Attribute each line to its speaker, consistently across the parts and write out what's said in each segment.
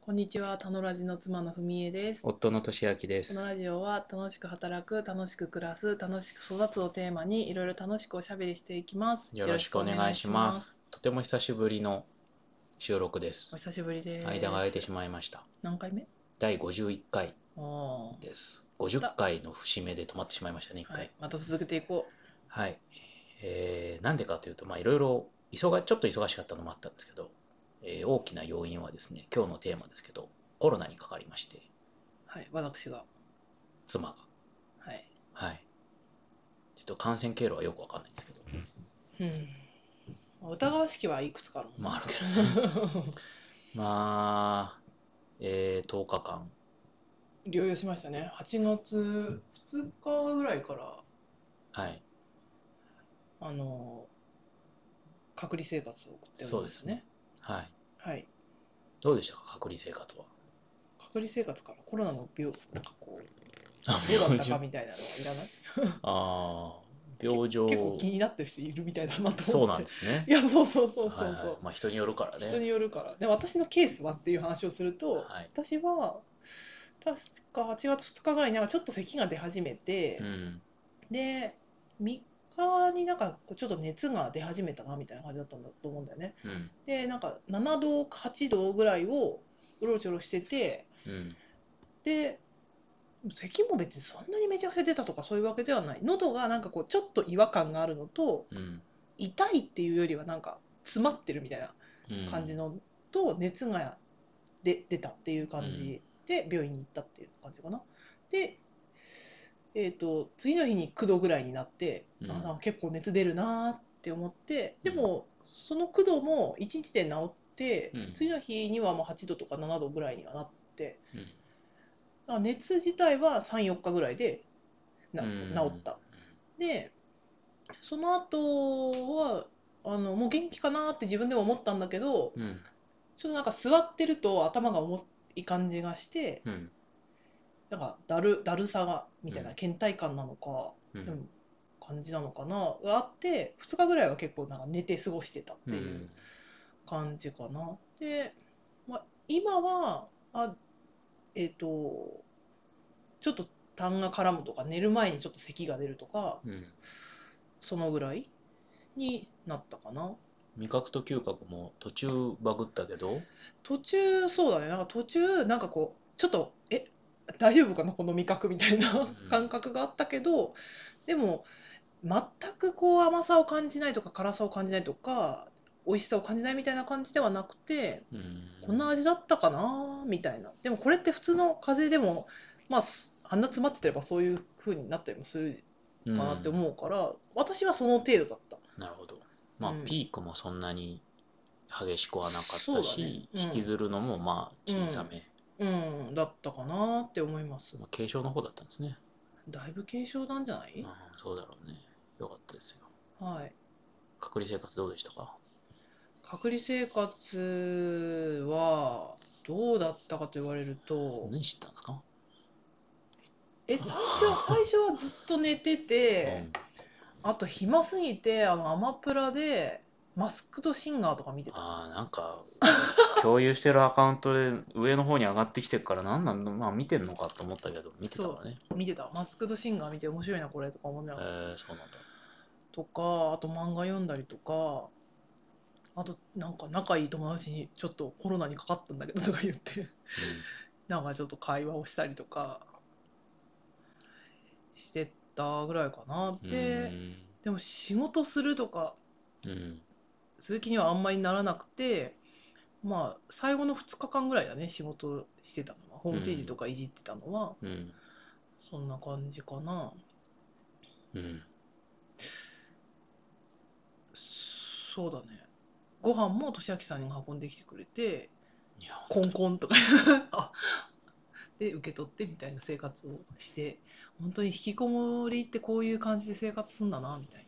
Speaker 1: こんにちは、たのラジの妻のふみえです。こ
Speaker 2: 夫の俊明です。
Speaker 1: のラジオは楽しく働く、楽しく暮らす、楽しく育つをテーマにいろいろ楽しくおしゃべりしていきます。
Speaker 2: よろしくお願いします。
Speaker 1: よろく
Speaker 2: とても久しぶりの収録で
Speaker 1: お願いします。お
Speaker 2: す。
Speaker 1: 久しぶりです。
Speaker 2: 間が空いてしまいました。
Speaker 1: 何回目
Speaker 2: 第51回
Speaker 1: おー
Speaker 2: です。50回の節目で止まってしまいましたね、1回。
Speaker 1: は
Speaker 2: はいい。、
Speaker 1: また続けていこ
Speaker 2: えーなんでかというと、まあ、いろいろ忙、ちょっと忙しかったのもあったんですけど、えー大きな要因はですね、今日のテーマですけど、コロナにかかりまして、
Speaker 1: う。はい、私が。
Speaker 2: 妻が。
Speaker 1: はい。
Speaker 2: はい。ちょっと感染経路はよくわかんないんですけど、
Speaker 1: うん。疑わしきはいくつかあるもん
Speaker 2: まああ
Speaker 1: あ
Speaker 2: るけど。まあ、えー10日間。
Speaker 1: 療養しましたね。8月2日ぐらいから、
Speaker 2: はい。
Speaker 1: あのー、隔離生活を送っております
Speaker 2: そうですね。。はい。
Speaker 1: はい。
Speaker 2: どうでしたか、隔離生活は。
Speaker 1: 隔離生活からコロナの病、なんかこう、どうだ ったかみたいなのはいらない
Speaker 2: あー病状。
Speaker 1: 結構気になってる人いるみたいだなと思って
Speaker 2: そうなんですね
Speaker 1: い。やそうそうそうそうそう、
Speaker 2: はいはいまあ、人によるからね。
Speaker 1: 人によるからで私のケースはっていう話をすると、
Speaker 2: はい
Speaker 1: 私は確か8月2日ぐらいになんかちょっと咳が出始めて、
Speaker 2: うん。
Speaker 1: で3日になんかこうちょっと熱が出始めたなみたいな感じだったんだと思うんだよね
Speaker 2: うん。
Speaker 1: でなんか7度か8度ぐらいをうろちょろしてて
Speaker 2: うん。
Speaker 1: で咳も別にそんなにめちゃくちゃ出たとかそういうわけではない喉がなんかこうちょっと違和感があるのと
Speaker 2: うん。
Speaker 1: 痛いっていうよりはなんか詰まってるみたいな
Speaker 2: うん。
Speaker 1: 感じの、と熱がで出たっていう感じで病院に行ったっていう感じかな。で、えー、と次の日に9度ぐらいになって、
Speaker 2: うん
Speaker 1: あなんか結構熱出るなーって思ってでもその9度も1日で治って、
Speaker 2: うん
Speaker 1: 次の日にはもう8度とか7度ぐらいにはなって
Speaker 2: うん。
Speaker 1: だから熱自体は34日ぐらいでな
Speaker 2: うん
Speaker 1: 治った。でその後はあのもう元気かなって自分でも思ったんだけど
Speaker 2: うん。
Speaker 1: ちょっとなんか座ってると頭が重い感じがして
Speaker 2: うん。
Speaker 1: なんかだるだるさがみたいな
Speaker 2: うん
Speaker 1: 倦怠感なのか、
Speaker 2: う。
Speaker 1: うんん感じなのかながあって2日ぐらいは結構なんか寝て過ごしてたって
Speaker 2: う。
Speaker 1: いうん感じかな。で、まあ、今はあえっ、とちょっと痰が絡むとか寝る前にちょっと咳が出るとか
Speaker 2: うん。
Speaker 1: そのぐらいになったかな。
Speaker 2: 味覚と嗅覚も途中バグったけど、
Speaker 1: 途中、そうだね、なんか途中、なんかこう、ちょっと、え、大丈夫かな、この味覚みたいな
Speaker 2: うん
Speaker 1: 感覚があったけど、でも、全くこう甘さを感じないとか、辛さを感じないとか、美味しさを感じないみたいな感じではなくて、
Speaker 2: うん。
Speaker 1: こんな味だったかな、みたいな。でも、これって普通の風邪でも、まあ、す鼻詰まってればそういう風になったりもする
Speaker 2: か
Speaker 1: かなって思うから、私はその程度だった。
Speaker 2: なるほど。まあ、
Speaker 1: うん
Speaker 2: ピークもそんなに激しくはなかっ
Speaker 1: そう
Speaker 2: た
Speaker 1: だね
Speaker 2: し、
Speaker 1: うん
Speaker 2: 引きずるのもまあ、小さめ、
Speaker 1: うん、だったかなって思います。
Speaker 2: まあ、軽症の方だったんですね。
Speaker 1: だいぶ軽症なんじゃない
Speaker 2: うん、そうだろうね。よかったですよ。
Speaker 1: はい。
Speaker 2: 隔離生活どうでしたか
Speaker 1: 隔離生活はどうだったかと言われると、
Speaker 2: 何してたんですか、
Speaker 1: え、最初は、最初はずっと寝てて、あと暇すぎて、あの、アマプラで、マスクとシンガーとか見て
Speaker 2: うん、
Speaker 1: た。
Speaker 2: ああ、な んか、共有してるアカウントで上の方に上がってきてるから、なんなんの、まあ見てんのかと思ったけど、見てたわね。
Speaker 1: 見てた。マスクとシンガー見て面白いな、これとか思いな
Speaker 2: え
Speaker 1: がら。
Speaker 2: ー、そうなんだ。
Speaker 1: とか、あと漫画読んだりとか、あと、なんか仲いい友達にちょっとコロナにかかったんだけどとか言って、 なんかちょっと会話をしたりとか、してたぐらいかな。
Speaker 2: うん、
Speaker 1: で、でも仕事するとか
Speaker 2: うん、うん、
Speaker 1: する気にはあんまりならなくてまあ最後の2日間ぐらいだね仕事してたのはホームページとかいじってたのは、
Speaker 2: うん、
Speaker 1: そんな感じかな
Speaker 2: うん、
Speaker 1: そうだねご飯もとしあきさんが運んできてくれて
Speaker 2: いや、
Speaker 1: コンコンとか あで受け取ってみたいな生活をして本当に引きこもりってこういう感じで生活するんだなみたい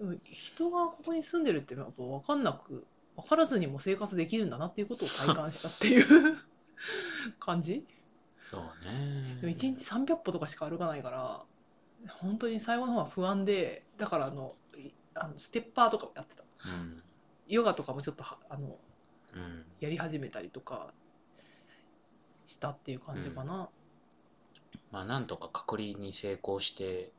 Speaker 1: なでも人がここに住んでるってのは分かんなく分からずにも生活できるんだなっていうことを体感したっていう 感じ
Speaker 2: そうね。
Speaker 1: でも1日300歩とかしか歩かないから本当に最後の方は不安でだからあのいあのステッパーとかもやってた
Speaker 2: うん、
Speaker 1: ヨガとかもちょっとはあの
Speaker 2: うん、
Speaker 1: やり始めたりとかしたっていう感じかな。
Speaker 2: まあ、なんとか隔離に成功して、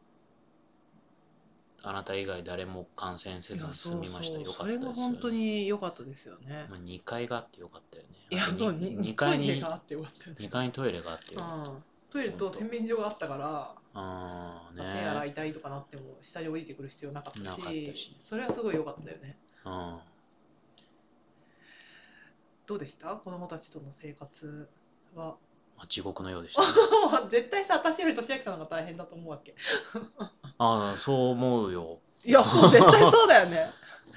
Speaker 2: あなた以外誰も感染せ
Speaker 1: い
Speaker 2: ず
Speaker 1: や
Speaker 2: に済みました。
Speaker 1: そうそ
Speaker 2: よ
Speaker 1: うそ
Speaker 2: かった
Speaker 1: れ
Speaker 2: です
Speaker 1: も
Speaker 2: よ、ね。
Speaker 1: 本当に良かったですよね。
Speaker 2: まあ、2階があってよかったよね。
Speaker 1: いや、
Speaker 2: あと
Speaker 1: そう、
Speaker 2: に
Speaker 1: に
Speaker 2: 二
Speaker 1: ト
Speaker 2: 階
Speaker 1: イレ
Speaker 2: に
Speaker 1: があってよかったよね。
Speaker 2: 二階にトイレがあってよかっ
Speaker 1: うんトイレと洗面所があったから、
Speaker 2: た。ああ、
Speaker 1: 手洗
Speaker 2: ね。
Speaker 1: いたいとかなっても、下に降りてくる必要なかっ
Speaker 2: な
Speaker 1: た
Speaker 2: か
Speaker 1: し、
Speaker 2: ったし
Speaker 1: それはすごい良かったよね。
Speaker 2: うん。
Speaker 1: どうでした子供たちとの生活は。
Speaker 2: まあ、地獄のようでした、
Speaker 1: もう絶対さ、私より年明さんの方が大変だと思うわけ。
Speaker 2: ああ、そう思うよ。
Speaker 1: い や、もう絶対そうだよね。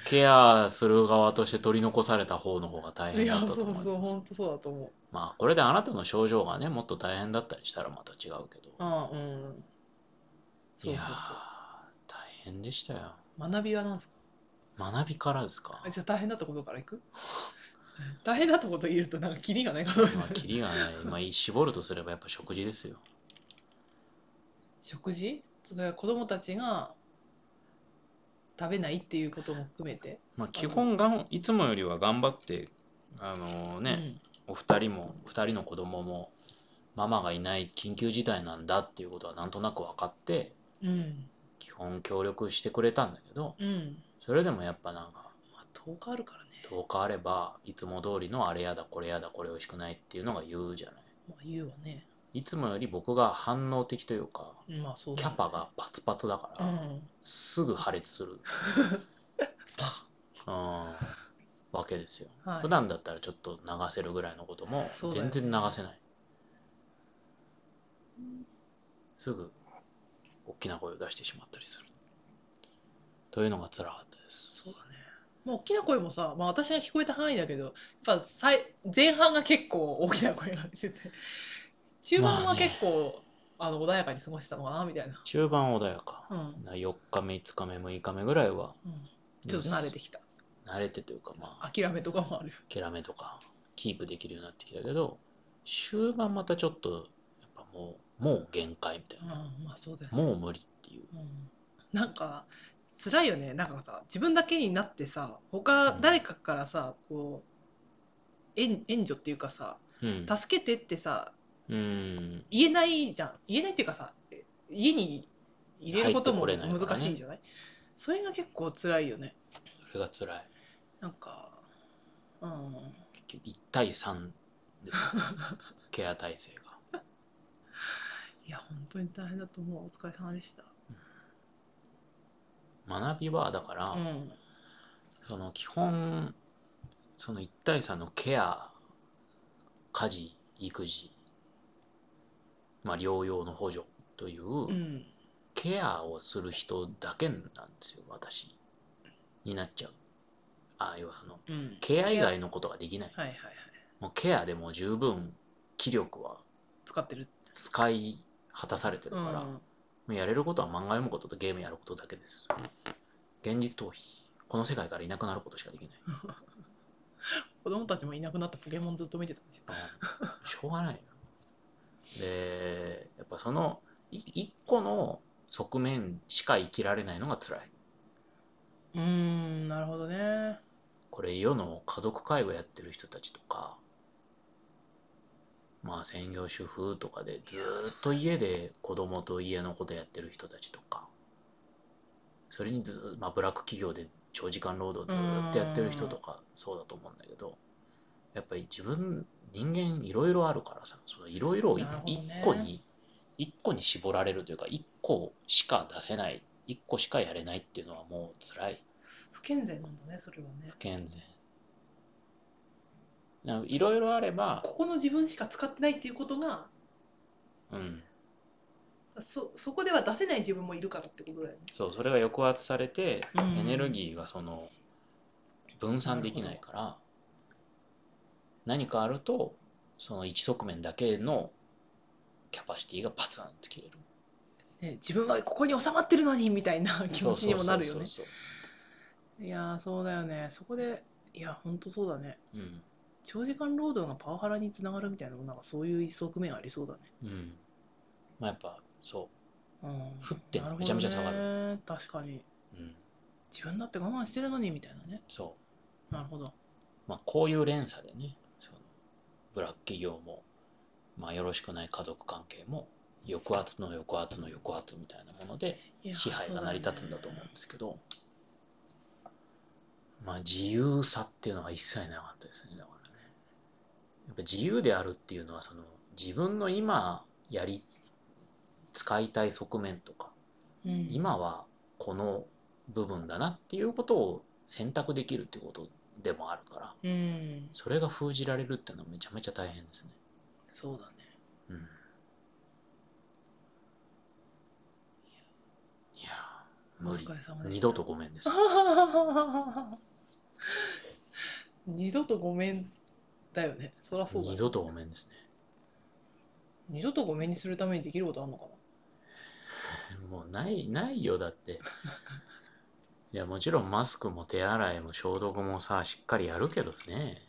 Speaker 2: ケアする側として取り残された方の方が大変
Speaker 1: い
Speaker 2: だ
Speaker 1: や、
Speaker 2: った
Speaker 1: そ
Speaker 2: と
Speaker 1: うそう、
Speaker 2: 思います。
Speaker 1: 本当そうだと思う。
Speaker 2: まあ、これであなたの症状がね、もっと大変だったりしたらまた違うけど。
Speaker 1: ああ、うん。
Speaker 2: い
Speaker 1: そうそう
Speaker 2: やー
Speaker 1: そ、
Speaker 2: 大変でしたよ。
Speaker 1: う。学びは何ですか
Speaker 2: 学びからですか
Speaker 1: あ。じゃあ大変だったことからいく 大変だったこと言うと、なんかキリがないかと思
Speaker 2: まあ、キリがない。まあ、絞るとすればやっぱ食事ですよ。
Speaker 1: 食事それは子供たちが食べないっていうことも含めて。
Speaker 2: まあ、基本がん、いつもよりは頑張って、あのね、お二人も二人の子供もママがいない緊急事態なんだっていうことはなんとなく分かって
Speaker 1: うん。うん。
Speaker 2: 基本協力してくれたんだけど
Speaker 1: うん。
Speaker 2: それでもやっぱなんか
Speaker 1: まあ、10日あるからね。
Speaker 2: 10日あればいつも通りのあれやだこれやだこれ美味しくないっていうのが言うじゃない
Speaker 1: まあ、言うわね。
Speaker 2: いつもより僕が反応的というか
Speaker 1: まあ、そう
Speaker 2: キ
Speaker 1: だね
Speaker 2: ャパがパツパツだか
Speaker 1: う
Speaker 2: ら
Speaker 1: ん。
Speaker 2: すぐ破裂 する
Speaker 1: パ
Speaker 2: うんわけですよ
Speaker 1: ッはい。
Speaker 2: 普段だったらちょっと流せるぐらいのことも
Speaker 1: そうだよ
Speaker 2: 全
Speaker 1: ね
Speaker 2: 然流せない、すぐ大きな声を出してしまったりするというのが辛かったです
Speaker 1: そうだね。まあ、大きな声もさ、まあ、私が聞こえた範囲だけど、やっぱさい前半が結構大きな声が 出てて、中盤は結構、あの穏やかに過ごしてたのかなみたいな。
Speaker 2: 中盤穏やか
Speaker 1: うん。
Speaker 2: 4日目5日目6日目ぐらいは
Speaker 1: うん、ちょっと慣れてきた。
Speaker 2: 慣れてというかまあ
Speaker 1: 諦めとかもある。
Speaker 2: 諦めとかキープできるようになってきたけど終盤またちょっとやっぱもうもう限界みたいうな、
Speaker 1: ん、まあそうだよね。
Speaker 2: もう無理っていう
Speaker 1: うんなんか辛いよねなんかさ自分だけになってさ他誰かからさ、こう援援助っていうかさ
Speaker 2: うん
Speaker 1: 助けてってさ
Speaker 2: うん
Speaker 1: 言えないじゃん言えないっていうかさえ家に入れることも
Speaker 2: 入ってこれないからね
Speaker 1: 難しいんじゃないそれが結構辛いよね
Speaker 2: それが辛い
Speaker 1: なんかうん
Speaker 2: 結局1対3ですよケア体制が
Speaker 1: いや本当に大変だと思うお疲れ様でした
Speaker 2: 学びはだから、
Speaker 1: うん
Speaker 2: その基本その1対3のケア家事育児、まあ、療養の補助という、
Speaker 1: うん
Speaker 2: ケアをする人だけなんですよ私になっちゃうああいうその
Speaker 1: うん
Speaker 2: ケア以外のことができない
Speaker 1: はいはいはい
Speaker 2: もうケアでも十分気力は
Speaker 1: 使ってる
Speaker 2: 使い果たされてるから、
Speaker 1: う
Speaker 2: も
Speaker 1: ん
Speaker 2: うやれることは漫画読むこととゲームやることだけです現実逃避この世界からいなくなることしかできない
Speaker 1: 子供たちもいなくなったポケモンずっと見てたんでしょ
Speaker 2: うんしょうがないよ。で、やっぱそのい一個の側面しか生きられないのが辛い。
Speaker 1: うーんなるほどね
Speaker 2: これ世の家族介護やってる人たちとか、まあ専業主婦とかでずーっと家で子供と家のことやってる人たちとか、それにずー、まあ、ブラック企業で長時間労働ずーっとやってる人とかそうだと思うんだけど、やっぱり自分、人間いろいろあるからさ、そのいろいろをい
Speaker 1: なるほど
Speaker 2: 一
Speaker 1: ね
Speaker 2: 個に、一個に絞られるというか、一個しか出せない、一個しかやれないっていうのはもう辛い。
Speaker 1: 不健全なんだねそれはね
Speaker 2: 不健全ないろいろあれば、
Speaker 1: ここの自分しか使ってないっていうことが
Speaker 2: うん、
Speaker 1: そそこでは出せない自分もいるからってことだよね
Speaker 2: そうそれが抑圧されて、
Speaker 1: うん
Speaker 2: エネルギーがその分散できないから何かあるとその一側面だけのキャパシティがパツンって切れる
Speaker 1: ね自分はここに収まってるのにみたいな気持ちにもなるよ
Speaker 2: そう
Speaker 1: ね
Speaker 2: そうそう
Speaker 1: いやーそうだよねそこでいやほんとそうだね
Speaker 2: そううん
Speaker 1: 長時間労働がパワハラにつながるみたいなのもなんかそういう側面ありそうだね
Speaker 2: うんまあやっぱそ
Speaker 1: うん
Speaker 2: 降ってん
Speaker 1: な
Speaker 2: の
Speaker 1: るほどね
Speaker 2: めちゃめちゃ下が
Speaker 1: 確かに
Speaker 2: ううん
Speaker 1: 自分だって我慢してるのにみたいなね
Speaker 2: そう
Speaker 1: なるほど
Speaker 2: まあ、こういう連鎖でね、そのブラック企業もまあ、よろしくない家族関係も抑圧の抑圧の抑圧みたいなもので
Speaker 1: いや
Speaker 2: 支配が成り立つんだと思うんですけど、まあ、自由さっていうのは一切なかったですねだからねやっぱ自由であるっていうのはその自分の今やり使いたい側面とか
Speaker 1: そうだね、うん、
Speaker 2: 今はこの部分だなっていうことを選択できるっていうことでもあるから
Speaker 1: うん
Speaker 2: それが封じられるっていうのはめちゃめちゃ大変ですね
Speaker 1: そうだね
Speaker 2: うんいやー無理
Speaker 1: お疲れ様でした
Speaker 2: 二度とごめんです
Speaker 1: 二度とごめんだよねそりゃそうだ、ね、
Speaker 2: 二度とごめんですね
Speaker 1: 二度とごめんにするためにできることあんのかな
Speaker 2: もうない、ないよ、だって。いや、もちろんマスクも手洗いも消毒もさ、しっかりやるけどね。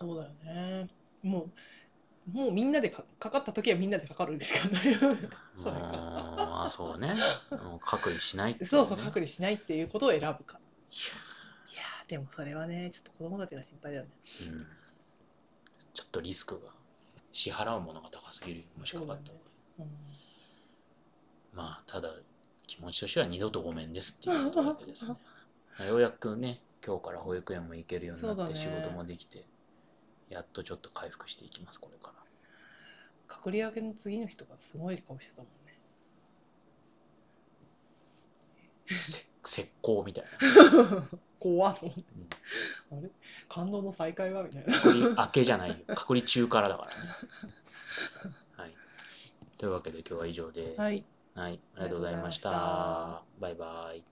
Speaker 1: そうだよねもうもうみんなでかかかった時はみんなでかかる しかないよね
Speaker 2: も、
Speaker 1: そううか
Speaker 2: あ、そうね。もう隔離しないってい
Speaker 1: そうそう
Speaker 2: ね
Speaker 1: 隔離しないっていうことを選ぶかいやーでもそれはねちょっと子供たちが心配だよね
Speaker 2: うん。ちょっとリスクが、支払うものが高すぎる。もしかかった
Speaker 1: そうだ
Speaker 2: ら
Speaker 1: ねうん
Speaker 2: まあ、ただ、気持ちとしては二度とごめんですっていうことだ けですね。ようやくね、今日から保育園も行けるように
Speaker 1: そ
Speaker 2: な
Speaker 1: う
Speaker 2: っ
Speaker 1: だ
Speaker 2: て、
Speaker 1: ね
Speaker 2: 仕事もできて、やっとちょっと回復していきます、これから。
Speaker 1: 隔離明けの次の日とかすごい顔してたもんね
Speaker 2: せ 石膏みたいな。
Speaker 1: 怖っと思って
Speaker 2: うん
Speaker 1: あれ感動の再会はみたいな
Speaker 2: 隔離明けじゃない よ。隔離中からだからね。はい。というわけで今日は以上です。
Speaker 1: はい
Speaker 2: はい。ありがとうございました。
Speaker 1: ありがとうございま
Speaker 2: バイバイ。